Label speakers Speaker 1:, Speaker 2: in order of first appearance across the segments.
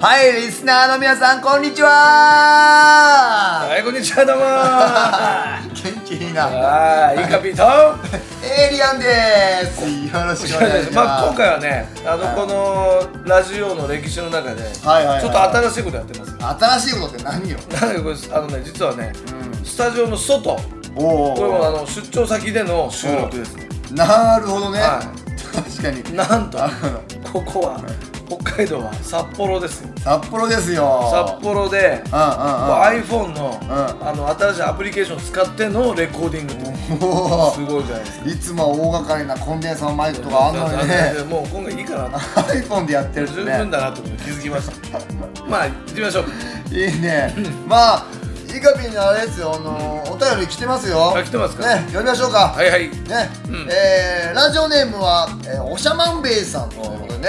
Speaker 1: はい、リスナーの皆さん、こんにちは
Speaker 2: はい、こんにちは、どうもー。
Speaker 1: 元気いいな。
Speaker 2: はい、イカピーと。
Speaker 1: エイリアンです。よろしくお願いします。
Speaker 2: まあ、今回はね、あの、このラジオの歴史の中で。ちょっ
Speaker 1: はいはいはい
Speaker 2: と新しいことやってます。
Speaker 1: 新しいことって何よ。
Speaker 2: なんか、これ、あのね、実はね、スタジオの外。
Speaker 1: おー
Speaker 2: これも、あの、出張先での収録ですね。
Speaker 1: なるほどね。
Speaker 2: は
Speaker 1: 確かに。
Speaker 2: なん と
Speaker 1: あ、
Speaker 2: ここは、北海道は札幌ですよ。
Speaker 1: 札幌ですよ。
Speaker 2: 札。幌で。
Speaker 1: うん
Speaker 2: こう iPhone の,、
Speaker 1: ん
Speaker 2: あの新しいアプリケーションを使ってのレコーディングって
Speaker 1: うんうん。お
Speaker 2: すごいじゃないですか
Speaker 1: ーいつもは大掛かりなコンデンサーマイクとかあんのにね。
Speaker 2: もう今回いいかなと
Speaker 1: iPhone でやってるって
Speaker 2: 十
Speaker 1: ね
Speaker 2: 分。だなってことに気づきましたまあ行ってみましょ う
Speaker 1: いいね。まあ、イカピーのあれですよ、あのお便り来てますよ。
Speaker 2: あ来てますか
Speaker 1: ね、読みましょうか。
Speaker 2: はいは
Speaker 1: ね、
Speaker 2: いうん
Speaker 1: えーラジオネームは、えーおしゃまんべいさんということでね、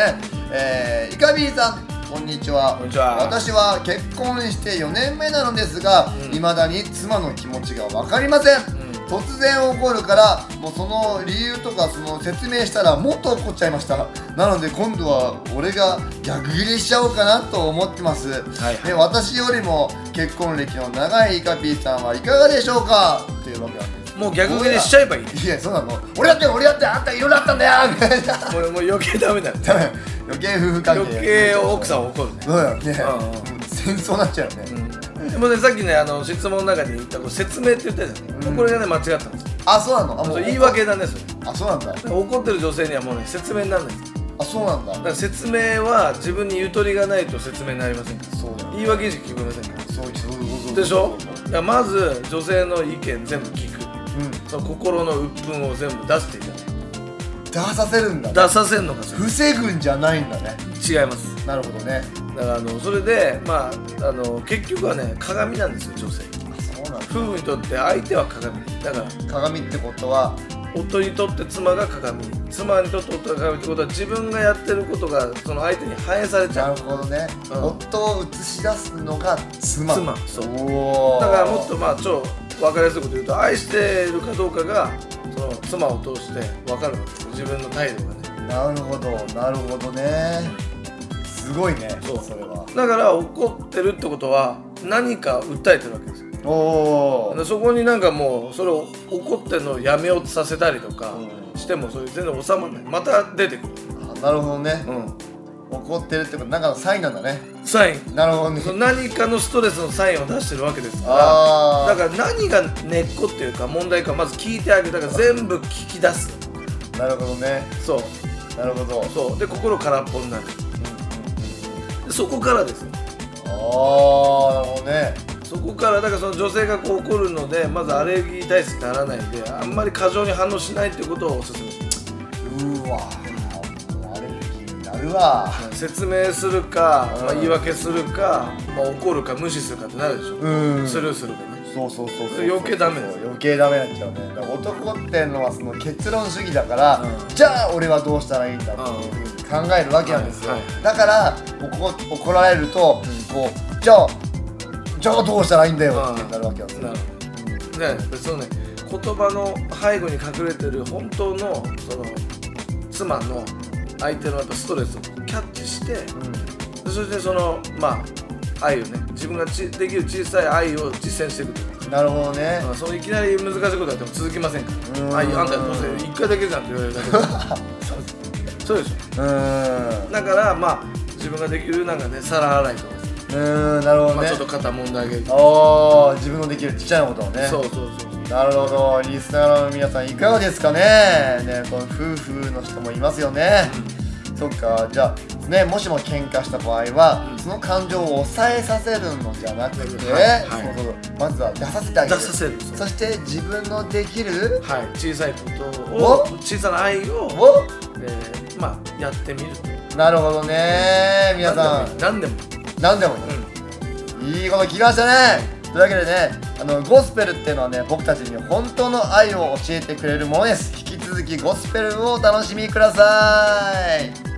Speaker 1: えー、イカビーさんこんにちは
Speaker 2: こんにちは
Speaker 1: 私は結婚して4年目なのですが
Speaker 2: うん
Speaker 1: いま、未だに妻の気持ちが分かりません、
Speaker 2: ん
Speaker 1: 突然怒るからもうその理由とかその説明したらもっと怒っちゃいましたなので今度は俺が逆ギレしちゃおうかなと思ってます、
Speaker 2: はい
Speaker 1: ね、私よりも結婚歴の長いイカピーさんはいかがでしょうかというわけなんです
Speaker 2: もう逆切れしちゃえばいい
Speaker 1: いや、そうなの。俺だって、俺だって、あんたいろいろあったんだよ みたいな。
Speaker 2: もうもう余計ダメだよ
Speaker 1: 多分余計夫婦関係。
Speaker 2: 余計奥さん怒るね、
Speaker 1: そうだよね。
Speaker 2: う
Speaker 1: 戦争になっちゃうよね。
Speaker 2: うん、でもねさっきねあの質問の中に言ったこう説明って言ったじゃん、
Speaker 1: うん
Speaker 2: これがね間違ったんですよ
Speaker 1: あ、そうなのあ、
Speaker 2: そう言い訳だねそれ
Speaker 1: あ、そうなんだ。
Speaker 2: 怒ってる女性にはもうね説明にならないんですよ
Speaker 1: あ、そうなん
Speaker 2: だ
Speaker 1: だ。
Speaker 2: から説明は自分にゆとりがないと説明になりませんから
Speaker 1: そうだよね
Speaker 2: 言い訳しか聞こえませんから
Speaker 1: そういう、そういうこと。
Speaker 2: でしょだからまず女性の意見全部聞く
Speaker 1: うん。
Speaker 2: その心の鬱憤を全部出していく
Speaker 1: 出させるんだね。
Speaker 2: 出させんのかそれ
Speaker 1: 防ぐんじゃないんだね。
Speaker 2: 違います
Speaker 1: なるほどね。
Speaker 2: だからあのそれでまああの結局はね鏡なんですよ女性
Speaker 1: あ、そうなんだ。
Speaker 2: 夫婦にとって相手は鏡だから
Speaker 1: 鏡ってことは、
Speaker 2: 夫にとって妻が鏡妻にとって夫が鏡ってことは自分がやってることがその相手に反映されち
Speaker 1: な
Speaker 2: ゃ
Speaker 1: る
Speaker 2: う
Speaker 1: ほどね。
Speaker 2: うん
Speaker 1: 夫を映し出すのが妻。
Speaker 2: 妻そう
Speaker 1: おー
Speaker 2: だからもっとまあ超分かりやすいこと言うと愛してるかどうかがその妻を通して分かるわけですよ自分の態度がね
Speaker 1: なるほど、なるほどね。すごいね。
Speaker 2: そう
Speaker 1: それは。
Speaker 2: だから怒ってるってことは何か訴えてるわけですよ
Speaker 1: おお
Speaker 2: でそこになんかもうそれを怒ってるのをやめようとさせたりとか
Speaker 1: うん
Speaker 2: してもそれ全然収まらないまた出てくる、
Speaker 1: なるほどね、
Speaker 2: う
Speaker 1: 怒ってるってことなんかのサインなんだね
Speaker 2: ん、サイン
Speaker 1: なるほどね
Speaker 2: その何かのストレスのサインを出してるわけですか
Speaker 1: あ
Speaker 2: ら
Speaker 1: あ
Speaker 2: だから何が根っこっていうか問題かまず聞いてあげたから全部聞き出す
Speaker 1: なるほどね
Speaker 2: そう
Speaker 1: なるほど
Speaker 2: そうで心空っぽになるでそこからですよ
Speaker 1: ああなるほどね
Speaker 2: そこからだからその女性がこう怒るのでまずアレルギー体質にならないであんまり過剰に反応しないっていうことをお勧めします
Speaker 1: うーわーアレルギーになるわ
Speaker 2: 説明するか、
Speaker 1: うん
Speaker 2: まあ、言い訳するか、まあ、怒るか無視するかってなるでしょ、
Speaker 1: うん
Speaker 2: スルーするかね
Speaker 1: そうそうそう
Speaker 2: それ余計ダメです
Speaker 1: 余計ダメになっちゃうねだから男ってのはその結論主義だから、
Speaker 2: うん
Speaker 1: じゃあ俺はどうしたらいいんだっていうふうに考えるわけなんですよ、
Speaker 2: はいは
Speaker 1: だから怒怒られると、
Speaker 2: うん
Speaker 1: こうじゃあじゃあどうしたらいいんだよってなるわけなんですよ、
Speaker 2: なるほどねそのね言葉の背後に隠れてる本当のその妻の相手のやっぱストレスをキャッチしてで
Speaker 1: う、
Speaker 2: そしてそのまあ愛をね自分がちできる小さい愛を実践していくというん
Speaker 1: なるほどね、
Speaker 2: まあ、そのいきなり難しいことやっても続きませんか
Speaker 1: うーん
Speaker 2: らあいあんたどうせ一回だけじゃんって言われるだけ でそうでし
Speaker 1: うーん
Speaker 2: ょだからまあ自分ができるなんかね皿洗いとか、
Speaker 1: うーんなるほど
Speaker 2: まあ、
Speaker 1: ね
Speaker 2: ちょっと肩揉んであげるとか
Speaker 1: ああ自分のできるちっちゃいことをね
Speaker 2: そうそうそう
Speaker 1: なるほどリスナーの皆さんいかがですかねねこの夫婦の人もいますよね、そっかじゃあねもしも喧嘩した場合は、
Speaker 2: うん
Speaker 1: その感情を抑えさせるのじゃなくて、
Speaker 2: はいはい
Speaker 1: そうそうまずは出させてあげる
Speaker 2: 出させるそう
Speaker 1: そして自分のできる
Speaker 2: はい小さいこと
Speaker 1: お
Speaker 2: を小さな愛を、
Speaker 1: を
Speaker 2: えーまあやってみる
Speaker 1: なるほどね皆さん
Speaker 2: 何でもいい
Speaker 1: 何でもいい
Speaker 2: 何でもいい
Speaker 1: いいこと聞きましたねというわけでねあのゴスペルっていうのはね僕たちに本当の愛を教えてくれるものです引き続きゴスペルをお楽しみください